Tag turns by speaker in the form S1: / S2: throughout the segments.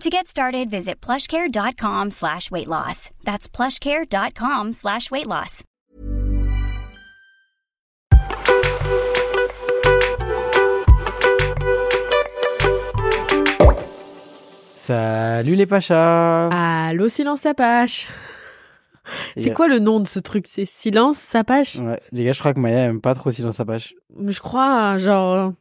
S1: To get started, visit plushcare.com slash weight loss. That's plushcare.com slash weight loss.
S2: Salut les Pachas
S3: Allô, silence Sapache C'est quoi le nom de ce truc C'est silence Sapache
S2: Ouais, les gars, je crois que Maya aime pas trop silence sa page.
S3: Mais Je crois, hein, genre...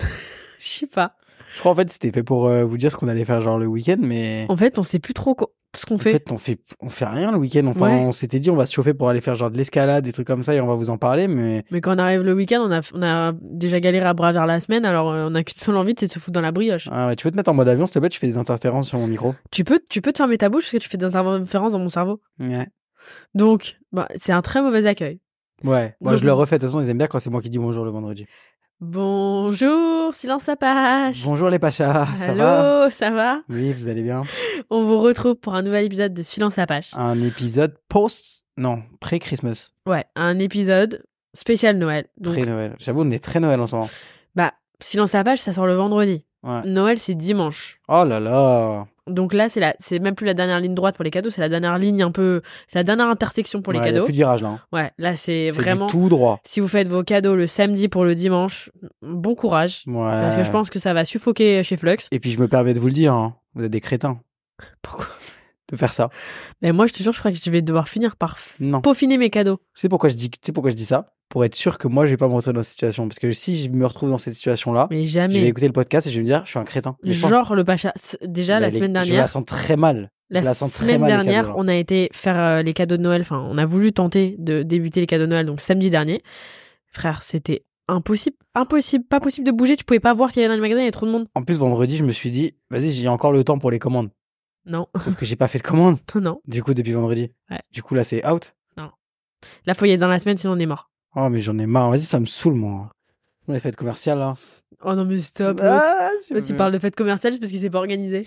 S3: Je sais pas.
S2: Je crois en fait c'était fait pour euh, vous dire ce qu'on allait faire genre le week-end, mais
S3: En fait, on sait plus trop quoi- ce qu'on
S2: en
S3: fait.
S2: fait on fait on fait rien le week-end. Enfin,
S3: Ouais.
S2: on s'était dit on va se chauffer pour aller faire genre de l'escalade, des trucs comme ça, et on va vous en parler, mais
S3: Mais quand on arrive le week-end, on a, on a déjà galéré à bras vers la semaine, alors euh, on a qu'une seule envie, c'est de se foutre dans la brioche.
S2: ah ouais, tu peux te mettre en mode avion, s'il te plaît, tu fais des interférences sur mon micro.
S3: Tu peux, tu peux te fermer ta bouche parce que tu fais des interférences dans mon cerveau.
S2: Ouais.
S3: Donc, bah, c'est un très mauvais accueil.
S2: Ouais, moi
S3: Donc-
S2: je le refais, de toute façon ils aiment bien quand c'est moi qui dis bonjour le vendredi.
S3: Bonjour, silence Sapache
S2: Bonjour les Pachas, ah, ça va
S3: Allô, ça va
S2: Oui, vous allez bien
S3: On vous retrouve pour un nouvel épisode de Silence Sapache.
S2: Un épisode post... Non, pré-Christmas,
S3: Ouais, un épisode spécial Noël. Donc,
S2: pré-Noël. J'avoue, on est très Noël en ce moment.
S3: Bah, Silence à page, ça sort le vendredi.
S2: Ouais.
S3: Noël, c'est dimanche.
S2: Oh là là
S3: Donc là, c'est la, c'est même plus la dernière ligne droite pour les cadeaux, c'est la dernière ligne un peu, c'est la dernière intersection pour les
S2: Ouais, y a
S3: cadeaux.
S2: plus de virage là. hein.
S3: Ouais, là, c'est
S2: C'est du
S3: vraiment.
S2: tout droit.
S3: Si vous faites vos cadeaux le samedi pour le dimanche, bon courage.
S2: Ouais.
S3: Parce que je pense que ça va suffoquer chez Flux.
S2: Et puis je me permets de vous le dire, hein, vous êtes des crétins
S3: Pourquoi
S2: de faire ça.
S3: Mais moi, je te jure, je crois que je vais devoir finir par f-
S2: Non.
S3: peaufiner mes cadeaux.
S2: Tu sais pourquoi je dis, tu sais pourquoi je dis ça Pour être sûr que moi je vais pas me retrouver dans cette situation. Parce que si je me retrouve dans cette situation là,
S3: Mais
S2: je vais
S3: jamais.
S2: écouter le podcast et je vais me dire, je suis un crétin. Mais je pense-
S3: Genre le Pacha. c- Déjà,
S2: Bah,
S3: la
S2: les-
S3: semaine
S2: Je la
S3: dernière.
S2: sens très mal.
S3: La,
S2: je la sens très
S3: semaine
S2: mal, les
S3: dernière,
S2: cadeaux, là.
S3: on a été faire euh, les cadeaux de Noël. Enfin, on a voulu tenter de débuter les cadeaux de Noël, donc samedi dernier. Frère, c'était impossible, impossible, pas possible de bouger. Tu pouvais pas voir qu'il y avait dans le magasin, il y avait trop de monde.
S2: En plus, vendredi, je me suis dit, vas-y, j'ai encore le temps pour les commandes.
S3: Non,
S2: Sauf que j'ai pas fait de commandes,
S3: non.
S2: du coup, depuis vendredi.
S3: Ouais.
S2: Du coup, là, c'est out.
S3: Là, faut y être dans la semaine, sinon on est mort.
S2: Oh, mais j'en ai marre. Vas-y, ça me saoule, moi. Les fêtes commerciales, là.
S3: Oh non, mais stop. L'autre,
S2: Ah, je
S3: l'autre, il
S2: veux-
S3: parle de fête commerciale juste parce qu'il s'est pas organisé.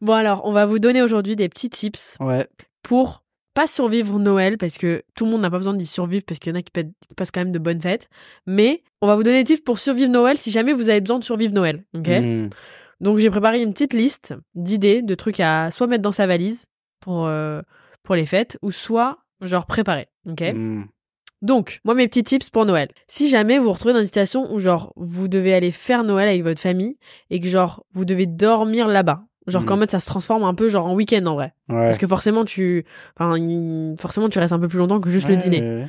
S3: Bon, alors, on va vous donner aujourd'hui des petits tips
S2: ouais.
S3: pour pas survivre Noël, parce que tout le monde n'a pas besoin d'y survivre, parce qu'il y en a qui pètent- qui passent quand même de bonnes fêtes. Mais on va vous donner des tips pour survivre Noël si jamais vous avez besoin de survivre Noël. Ok
S2: Hmm.
S3: Donc j'ai préparé une petite liste d'idées, de trucs à soit mettre dans sa valise pour, euh, pour les fêtes, ou soit genre préparer. Ok
S2: Hmm.
S3: Donc, moi mes petits tips pour Noël. Si jamais vous vous retrouvez dans une situation où genre vous devez aller faire Noël avec votre famille et que genre vous devez dormir là-bas. Genre
S2: Mhm.
S3: qu'en mode ça se transforme un peu genre en week-end en vrai.
S2: Ouais.
S3: Parce que forcément tu, enfin, il- forcément tu restes un peu plus longtemps que juste le
S2: Ouais,
S3: dîner.
S2: ouais, ouais.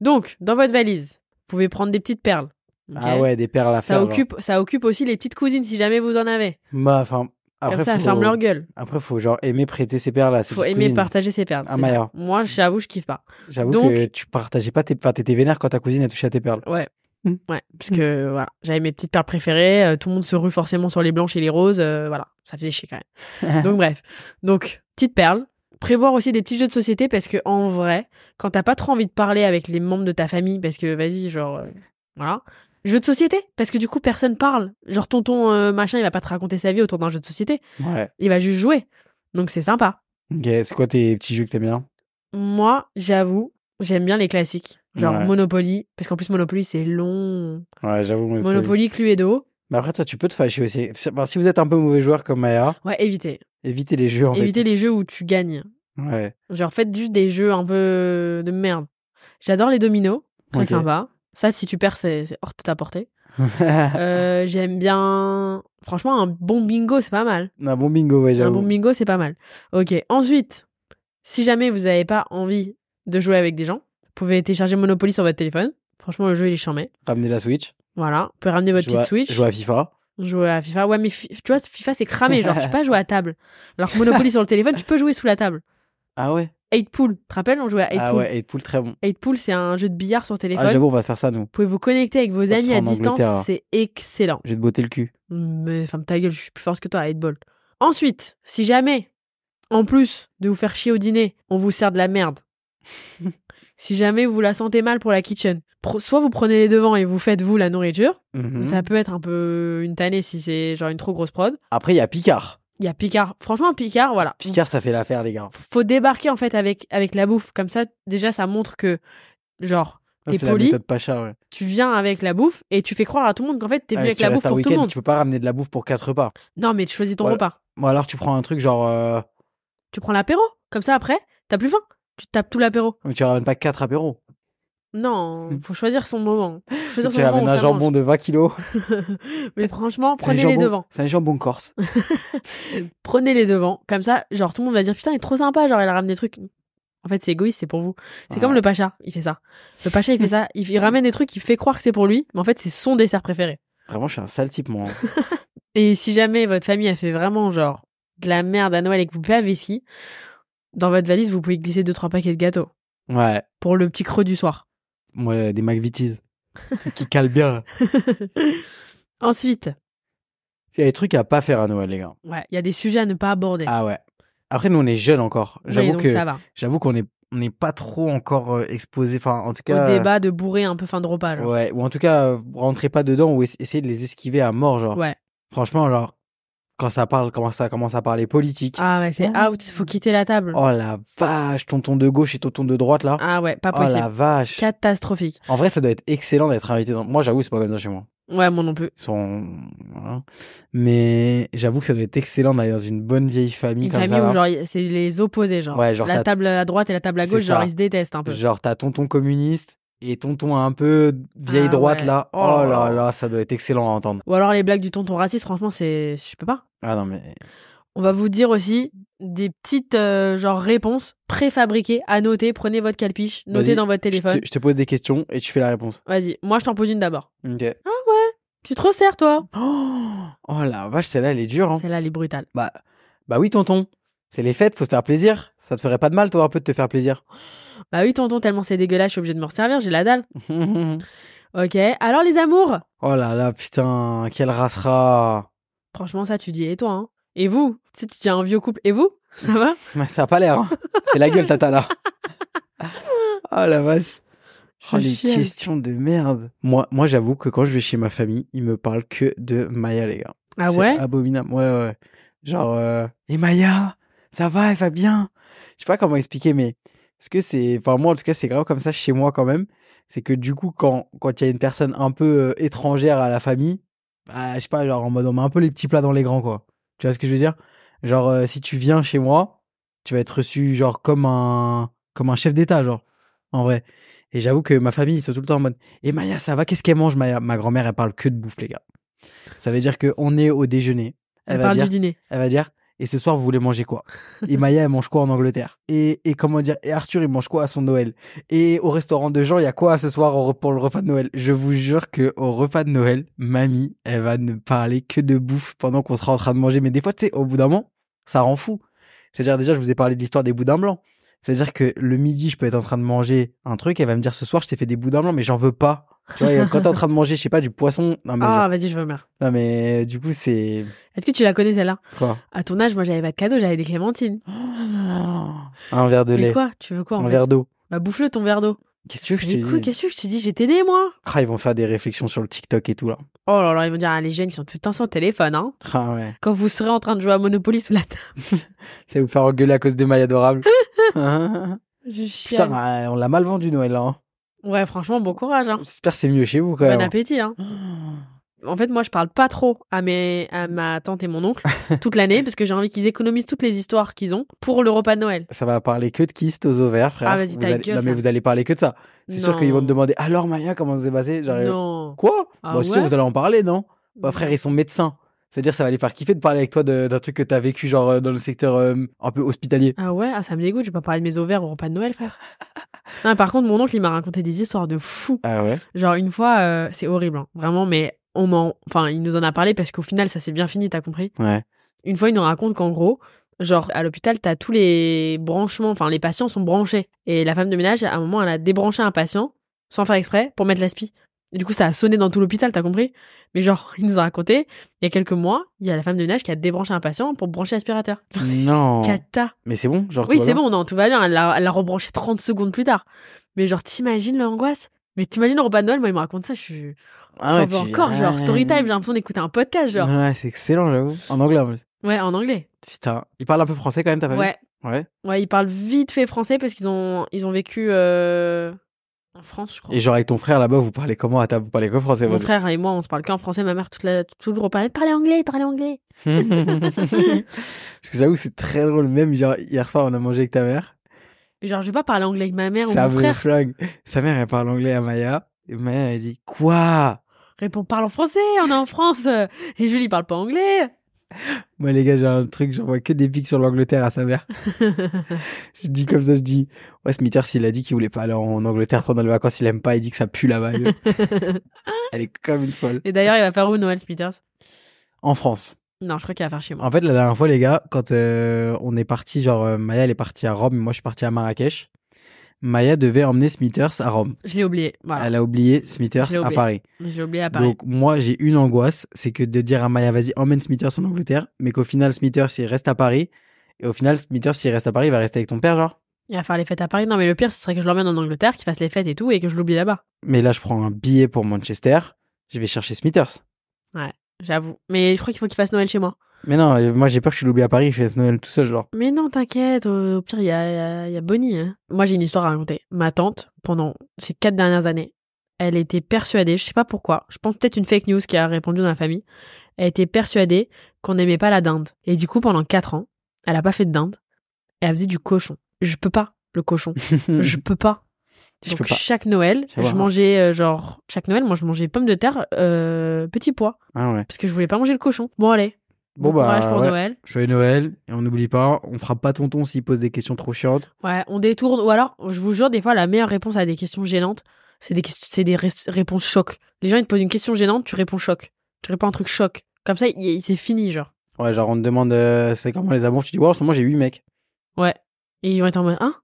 S3: Donc, dans votre valise, vous pouvez prendre des petites perles. ok
S2: Ah ouais, des perles à faire.
S3: ça
S2: genre.
S3: occupe, ça occupe aussi les petites cousines si jamais vous en avez.
S2: Bah, enfin. Après,
S3: Comme ça, elles
S2: faut...
S3: ferment leur gueule.
S2: Après, faut genre aimer prêter ses perles là. c'est
S3: faut
S2: juste
S3: aimer
S2: cousine.
S3: partager ses perles.
S2: Ah,
S3: c'est
S2: Maya.
S3: ça. Moi, j'avoue, je kiffe pas.
S2: J'avoue
S3: Donc-
S2: que tu partageais pas tes. Enfin, t'étais vénère quand ta cousine a touché à tes perles.
S3: Ouais.
S2: Mm.
S3: Ouais, parce que voilà, j'avais mes petites perles préférées, euh, tout le monde se rue forcément sur les blanches et les roses, euh, voilà, ça faisait chier quand même. Donc bref. Donc, petites perles. Prévoir aussi des petits jeux de société parce que en vrai, quand t'as pas trop envie de parler avec les membres de ta famille, parce que vas-y, genre, euh, voilà. Jeux de société, parce que du coup personne parle. Genre tonton euh, machin, il va pas te raconter sa vie autour d'un jeu de société,
S2: Ouais.
S3: il va juste jouer. Donc c'est sympa.
S2: Ok, c'est quoi tes petits jeux que t'aimes bien
S3: Moi, j'avoue, j'aime bien les classiques. Genre
S2: Ouais.
S3: Monopoly, parce qu'en plus Monopoly, c'est long.
S2: Ouais, j'avoue. Monopoly.
S3: Monopoly, Cluedo.
S2: Mais après, toi, tu peux te fâcher aussi. Enfin, si vous êtes un peu mauvais joueur comme Maya,
S3: Ouais, évitez.
S2: évitez les jeux en
S3: évitez les jeux où tu gagnes.
S2: fait. Ouais.
S3: Genre, faites juste des jeux un peu de merde. J'adore les dominos. Très
S2: Ok.
S3: sympa. Ça, si tu perds, c'est c'est hors de ta portée. Euh, J'aime bien. Franchement, un bon bingo, c'est pas mal.
S2: Un bon bingo, ouais,
S3: Un
S2: j'avoue.
S3: bon bingo, c'est pas mal. Ok. Ensuite, si jamais vous n'avez pas envie de jouer avec des gens, vous pouvez télécharger Monopoly sur votre téléphone. Franchement, le jeu, il est charmé.
S2: Ramener la Switch.
S3: Voilà. Vous pouvez ramener votre
S2: jouer à-
S3: petite Switch.
S2: Jouer à FIFA.
S3: Jouer à FIFA. Ouais, mais fi- tu vois, FIFA, c'est cramé. Genre, tu peux pas jouer à table. Alors que Monopoly sur le téléphone, tu peux jouer sous la table.
S2: Ah ouais.
S3: 8 Pool. Tu te rappelles, on jouait à 8
S2: ah
S3: Pool.
S2: ouais, et poule très bon.
S3: 8 Pool, c'est un jeu de billard sur téléphone.
S2: Ah, j'avoue, on va faire ça, nous.
S3: vous pouvez vous connecter avec vos
S2: Ça
S3: amis
S2: sera
S3: à
S2: en Angleterre. hein.
S3: distance. C'est excellent.
S2: Je vais te botter le cul.
S3: Mais ferme ta gueule, je suis plus forte que toi à 8 ball. Ensuite, si jamais, en plus de vous faire chier au dîner, on vous sert de la merde. si jamais vous la sentez mal pour la kitchen, pro- soit vous prenez les devants et vous faites vous la nourriture.
S2: Mhm.
S3: Ça peut être un peu une tannée si c'est genre une trop grosse prod.
S2: Après, il y a Picard.
S3: Il y a Picard. Franchement, un Picard, voilà.
S2: Picard, ça fait l'affaire, les gars.
S3: Faut débarquer en fait avec, avec la bouffe. Comme ça, déjà, ça montre que, genre,
S2: Ça,
S3: T'es
S2: Ah, C'est la
S3: poli.
S2: méthode Pacha, ouais.
S3: tu viens avec la bouffe et tu fais croire à tout le monde qu'en fait, t'es
S2: Ah, mais si
S3: venu avec
S2: tu
S3: la bouffe
S2: restes un
S3: pour tout le
S2: week-end,
S3: monde.
S2: Tu peux pas ramener de la bouffe pour quatre repas.
S3: Non, mais tu choisis ton
S2: Voilà.
S3: repas.
S2: Bon, alors tu prends un truc genre. euh,
S3: tu prends l'apéro. Comme ça, après, t'as plus faim. Tu te tapes tout l'apéro.
S2: mais tu ramènes pas quatre apéros.
S3: Non,
S2: Hmm.
S3: faut choisir son moment. Faut choisir
S2: Tu
S3: son moment
S2: ramènes
S3: où
S2: un
S3: ça
S2: jambon de 20 kilos.
S3: mange. Mais franchement,
S2: C'est un
S3: prenez les
S2: jambon-
S3: devants.
S2: C'est un jambon corse.
S3: Prenez les devants. Comme ça, genre, tout le monde va dire putain, il est trop sympa. Genre, il a ramené des trucs. En fait, c'est égoïste, c'est pour vous. C'est
S2: Ouais.
S3: comme le Pacha, il fait ça. Le Pacha, il fait ça. Il, il ramène des trucs, il fait croire que c'est pour lui, mais en fait, c'est son dessert préféré.
S2: Vraiment, je suis un sale type, moi. hein.
S3: Et si jamais votre famille a fait vraiment, genre, de la merde à Noël et que vous bavez ici, dans votre valise, vous pouvez glisser deux, trois paquets de gâteaux.
S2: Ouais.
S3: Pour le petit creux du soir.
S2: Moi, des McVitie's. Truc qui cale bien.
S3: Ensuite,
S2: Il y a des trucs à pas faire à Noël, les gars.
S3: ouais, il y a des sujets à ne pas aborder.
S2: Ah ouais. Après, nous, on est jeunes encore.
S3: Oui,
S2: J'avoue
S3: donc
S2: que,
S3: ça va.
S2: j'avoue qu'on est, on n'est pas trop encore euh, exposé. Enfin, en tout cas.
S3: Au débat de bourrer un peu fin de repas. genre.
S2: Ouais. Ou en tout cas, euh, rentrez pas dedans ou es- essayez de les esquiver à mort, genre.
S3: Ouais.
S2: Franchement, genre, quand ça parle, comment ça commence à parler politique.
S3: Ah ouais, c'est
S2: Ah.
S3: out, faut quitter la table.
S2: Oh la vache, tonton de gauche et tonton de droite, là.
S3: Ah ouais, pas
S2: oh
S3: possible.
S2: la vache.
S3: Catastrophique.
S2: En vrai, ça doit être excellent d'être invité dans. Moi, j'avoue, c'est pas comme ça chez moi.
S3: Ouais, moi non plus.
S2: Ils sont- voilà. Mais j'avoue que ça doit être excellent d'aller dans une bonne vieille famille
S3: Une
S2: comme
S3: famille
S2: ça.
S3: où
S2: là.
S3: genre y- c'est les opposés genre.
S2: Ouais, genre,
S3: la
S2: t'as-
S3: table à droite et la table à
S2: C'est
S3: gauche, genre
S2: ça.
S3: ils se détestent un peu.
S2: Genre, t'as tonton communiste et tonton un peu vieille
S3: Ah
S2: droite
S3: ouais.
S2: là.
S3: Oh
S2: Oh,
S3: là
S2: là
S3: là.
S2: là, ça doit être excellent à entendre.
S3: Ou alors les blagues du tonton raciste, franchement, c'est je peux pas.
S2: Ah non, mais.
S3: On va vous dire aussi des petites euh, genre réponses préfabriquées à noter, prenez votre calpiche, notez
S2: Vas-y,
S3: dans votre
S2: Je
S3: téléphone.
S2: te, je te pose des questions et tu fais la réponse.
S3: Vas-y, moi je t'en pose une d'abord.
S2: Ok.
S3: Tu te resserres toi
S2: Oh, oh la vache, celle-là, elle est dure. hein.
S3: Celle-là elle est brutale.
S2: Bah, bah oui, tonton. C'est les fêtes, faut se faire plaisir. Ça te ferait pas de mal, toi, un peu de te faire plaisir.
S3: Bah oui, tonton, tellement c'est dégueulasse, je suis obligée de me resservir, j'ai la dalle. Ok, alors les amours
S2: oh là là, putain, quelle racera.
S3: Franchement, ça, tu dis, et toi hein Et vous Tu sais, tu dis à un vieux couple, et vous Ça va
S2: Mais ça a pas l'air. hein. C'est la gueule, Tata, là. Ah la vache.
S3: Je
S2: Oh, les
S3: chiale.
S2: questions de merde. Moi, moi j'avoue que quand je vais chez ma famille, ils me parlent que de Maya, les gars.
S3: Ah
S2: C'est
S3: ouais
S2: abominable. Ouais, ouais, ouais. Genre, euh, et Maya, ça va, elle va bien. Je sais pas comment expliquer, mais parce que c'est. Enfin, moi, en tout cas, c'est grave comme ça chez moi quand même. C'est que du coup, quand quand il y a une personne un peu euh, étrangère à la famille, bah, je sais pas, genre en mode on met un peu les petits plats dans les grands, quoi. Tu vois ce que je veux dire Genre, euh, si tu viens chez moi, tu vas être reçu genre comme un comme un chef d'État, genre en vrai. Et j'avoue que ma famille ils sont tout le temps en mode "Et Maya, ça va Qu'est-ce qu'elle mange Maya Ma grand-mère elle parle que de bouffe les gars. Ça veut dire que on est au déjeuner. Elle,
S3: Elle
S2: va
S3: parle
S2: dire,
S3: du dîner.
S2: elle va dire "Et ce soir vous voulez manger quoi Et Maya elle mange quoi en Angleterre Et et comment dire Et Arthur il mange quoi à son Noël Et au restaurant de Jean il y a quoi ce soir au re- pour le repas de Noël Je vous jure que au repas de Noël, mamie elle va ne parler que de bouffe pendant qu'on sera en train de manger. Mais des fois tu sais au bout d'un moment ça rend fou. C'est-à-dire déjà je vous ai parlé de l'histoire des boudins blancs. C'est-à-dire que le midi, je peux être en train de manger un truc, elle va me dire ce soir, je t'ai fait des boudins blancs, mais j'en veux pas. Tu vois, et quand t'es en train de manger, je sais pas, du poisson. Non, mais,
S3: Ah, vas-y, je veux mère.
S2: non, mais euh, du coup, c'est.
S3: Est-ce que tu la connais celle-là
S2: Quoi
S3: À ton âge, moi, j'avais pas de cadeau, j'avais des clémentines.
S2: Un verre de
S3: Ah. Mais
S2: lait.
S3: quoi Tu veux quoi en
S2: un
S3: fait
S2: verre d'eau.
S3: Bah, bouffe-le ton verre d'eau.
S2: Qu'est-ce que tu veux que
S3: Mais
S2: je te
S3: écoute,
S2: dise
S3: qu'est-ce que je te dis J'ai t'aidé, moi
S2: Ah, ils vont faire des réflexions sur le TikTok et tout, là.
S3: Oh là là, ils vont dire, ah, les jeunes, ils sont tout le temps sans téléphone, hein.
S2: Ah ouais.
S3: Quand vous serez en train de jouer à Monopoly sous la table.
S2: Ça va vous faire engueuler à cause de mailles adorables. Hein
S3: Je
S2: Putain,
S3: chiale.
S2: ouais, on l'a mal vendu, Noël, là. hein.
S3: Ouais, franchement, bon courage, hein.
S2: J'espère que c'est mieux chez vous, quand
S3: Bon
S2: même.
S3: appétit, hein. en fait, moi, je parle pas trop à, mes, à ma tante et mon oncle toute l'année parce que j'ai envie qu'ils économisent toutes les histoires qu'ils ont pour le repas de Noël.
S2: Ça va parler que de kyste aux ovaires, frère.
S3: Ah, vas-y,
S2: Vous
S3: ta
S2: allez-
S3: gueule,
S2: Non, mais
S3: ça.
S2: vous allez parler que de ça. C'est sûr
S3: Non.
S2: qu'ils vont te demander alors, Maya, comment ça s'est passé Genre,
S3: Non.
S2: Quoi
S3: Ah
S2: Bah, sûr,
S3: ouais
S2: vous allez en parler, non Bah, frère, ils sont médecins. C'est-à-dire, ça va les faire kiffer de parler avec toi de- d'un truc que t'as vécu, genre, euh, dans le secteur euh, un peu hospitalier.
S3: Ah ouais, ah, ça me dégoûte, je vais pas parler de mes ovaires au repas de Noël, frère. non, par contre, mon oncle, il m'a raconté des histoires de fou.
S2: Ah ouais
S3: Genre, une fois, euh, c'est horrible, hein, vraiment, mais on m'en. Enfin, il nous en a parlé parce qu'au final, ça s'est bien fini, t'as compris
S2: Ouais.
S3: Une fois, il nous raconte qu'en gros, genre, à l'hôpital, t'as tous les branchements, enfin, les patients sont branchés. Et la femme de ménage, à un moment, elle a débranché un patient, sans faire exprès, pour mettre l'aspi. Et du coup, ça a sonné dans tout l'hôpital, t'as compris Mais genre, il nous a raconté, il y a quelques mois, il y a la femme de ménage qui a débranché un patient pour brancher l'aspirateur. Genre, c'est
S2: Non.
S3: cata.
S2: Mais c'est bon, genre,
S3: Oui,
S2: tout va
S3: c'est
S2: bien
S3: bon, non, tout va bien. Elle l'a, elle l'a rebranché 30 secondes plus tard. Mais genre, t'imagines l'angoisse Mais t'imagines le repas de Noël Moi, il me raconte ça, je suis.
S2: Ah
S3: J'en veux
S2: tu-
S3: encore, genre,
S2: ouais.
S3: story time, j'ai l'impression d'écouter un podcast, genre.
S2: Ouais, c'est excellent, j'avoue. En anglais, en plus.
S3: Ouais, en anglais.
S2: Putain. Ils parlent un peu français quand même, t'as pas
S3: Ouais.
S2: vu Ouais.
S3: Ouais, ils parlent vite fait français parce qu'ils ont, ils ont vécu euh, en France, je crois.
S2: Et genre, avec ton frère là-bas, vous parlez comment à table Vous parlez que français,
S3: Mon
S2: vous
S3: frère et moi, on se parle qu'en français. Ma mère, toute la, tout le repas, elle parlait anglais, elle parlait anglais.
S2: Parce que j'avoue, c'est très drôle. Même genre, hier soir, on a mangé avec ta mère.
S3: Mais genre, je vais pas parler anglais avec ma mère ou
S2: Ça
S3: mon
S2: veut
S3: frère.
S2: flag. Sa mère, elle parle anglais à Maya. Et Maya, elle dit Quoi
S3: Réponds, parle en français, on est en France. Et Julie parle pas anglais.
S2: Moi, les gars, j'ai un truc, j'envoie que des pics sur l'Angleterre à sa mère. je dis comme ça, je dis Ouais, Smithers, il a dit qu'il voulait pas aller en Angleterre pendant les vacances, il aime pas, il dit que ça pue là-bas. elle est comme une folle.
S3: Et d'ailleurs, il va faire où Noël Smithers
S2: En France.
S3: Non, je crois qu'il va faire chez moi.
S2: En fait, la dernière fois, les gars, quand euh, on est parti, genre euh, Maya, elle est partie à Rome, moi, je suis parti à Marrakech. Maya devait emmener Smithers à Rome.
S3: Je l'ai oublié. Voilà.
S2: Elle a oublié Smithers
S3: Ah. Je l'ai
S2: à
S3: oublié.
S2: Paris.
S3: Je l'ai oublié à Paris.
S2: Donc moi j'ai une angoisse, c'est que de dire à Maya vas-y emmène Smithers en Angleterre, mais qu'au final Smithers il reste à Paris, et au final Smithers s'il reste à Paris il va rester avec ton père genre.
S3: Il va faire les fêtes à Paris. Non, mais le pire, ce serait que je l'emmène en Angleterre, qu'il fasse les fêtes et tout, et que je l'oublie là-bas.
S2: Mais là je prends un billet pour Manchester, je vais chercher Smithers.
S3: J'avoue. Mais je crois qu'il faut qu'il fasse Noël chez moi.
S2: Mais non, euh, moi j'ai peur que je l'oublie à Paris, il fait ce Noël tout seul genre.
S3: Mais non, t'inquiète. Au, au pire, il y a, il y a- il y a Bonnie. hein. Moi, j'ai une histoire à raconter. Ma tante, pendant ces quatre dernières années, elle était persuadée, je sais pas pourquoi, je pense peut-être une fake news qui a répandu dans la famille. Elle était persuadée qu'on n'aimait pas la dinde. Et du coup, pendant quatre ans, elle a pas fait de dinde. Et elle faisait du cochon. Je peux pas, le cochon. je peux
S2: Mm.
S3: pas.
S2: Je
S3: Donc
S2: peux pas.
S3: chaque Noël,
S2: Je
S3: je,
S2: vois.
S3: mangeais euh, genre chaque Noël, moi je mangeais pommes de terre, euh, petit pois,
S2: Ah ouais.
S3: parce que je voulais pas manger le cochon. Bon allez,
S2: Bon,
S3: bon courage
S2: bah
S3: pour
S2: ouais.
S3: Noël.
S2: Joyeux Noël, et on n'oublie pas, on frappe pas tonton s'il pose des questions trop chiantes.
S3: Ouais, on détourne. Ou alors, je vous jure, des fois la meilleure réponse à des questions gênantes, c'est des ques- c'est des res- réponses choc. Les gens ils te posent une question gênante, tu réponds choc. Tu réponds un truc choc. Comme ça, il, il- c'est fini genre.
S2: Ouais genre on te demande euh, c'est comment les amours, tu dis ouais en ce moment j'ai 8 mecs.
S3: Et ils vont être en mode hein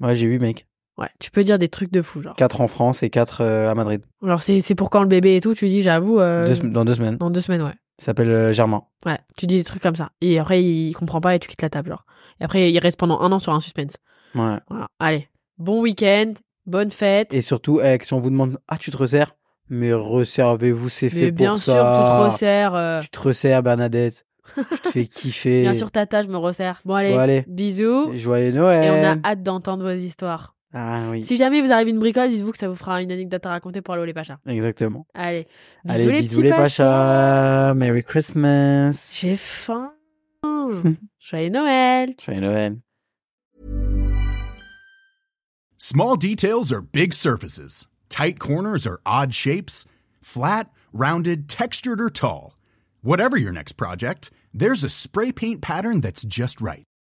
S2: Ouais j'ai 8 mecs.
S3: Ouais, tu peux dire des trucs de fou genre.
S2: 4 en France et 4 à Madrid.
S3: Alors c'est c'est pour quand le bébé et tout, tu dis j'avoue euh,
S2: Deux sem- dans deux semaines.
S3: dans deux semaines ouais.
S2: Il s'appelle euh, Germain.
S3: Ouais, tu dis des trucs comme ça. Et après, il comprend pas et tu quittes la table, genre. Et après, il reste pendant un an sur un suspense.
S2: Ouais.
S3: Voilà. Allez, bon week-end, bonne fête.
S2: Et surtout, eh, si on vous demande Ah, tu te resserres Mais resservez-vous, c'est
S3: Mais
S2: fait
S3: bien
S2: pour
S3: sûr,
S2: ça.
S3: tu te resserres. euh,
S2: Tu te resserres, Bernadette. tu te fais kiffer.
S3: Bien sûr, tata, je me resserre. Bon, allez,
S2: Bon, allez.
S3: bisous.
S2: Joyeux
S3: Et on a
S2: Noël.
S3: hâte d'entendre vos histoires.
S2: Ah oui.
S3: Si jamais vous arrivez une bricole, dites-vous que ça vous fera une anecdote à raconter pour aller au les Pachas.
S2: Exactement.
S3: Allez, bisous
S2: Allez,
S3: les
S2: bisous
S3: petits
S2: les
S3: Pachas.
S2: Pachas. Merry Christmas.
S3: J'ai faim. Joyeux Noël.
S2: Joyeux Noël.
S4: Small details are big surfaces. Tight corners are odd shapes. Flat, rounded, textured, or tall. Whatever your next project, there's a spray paint pattern that's just right.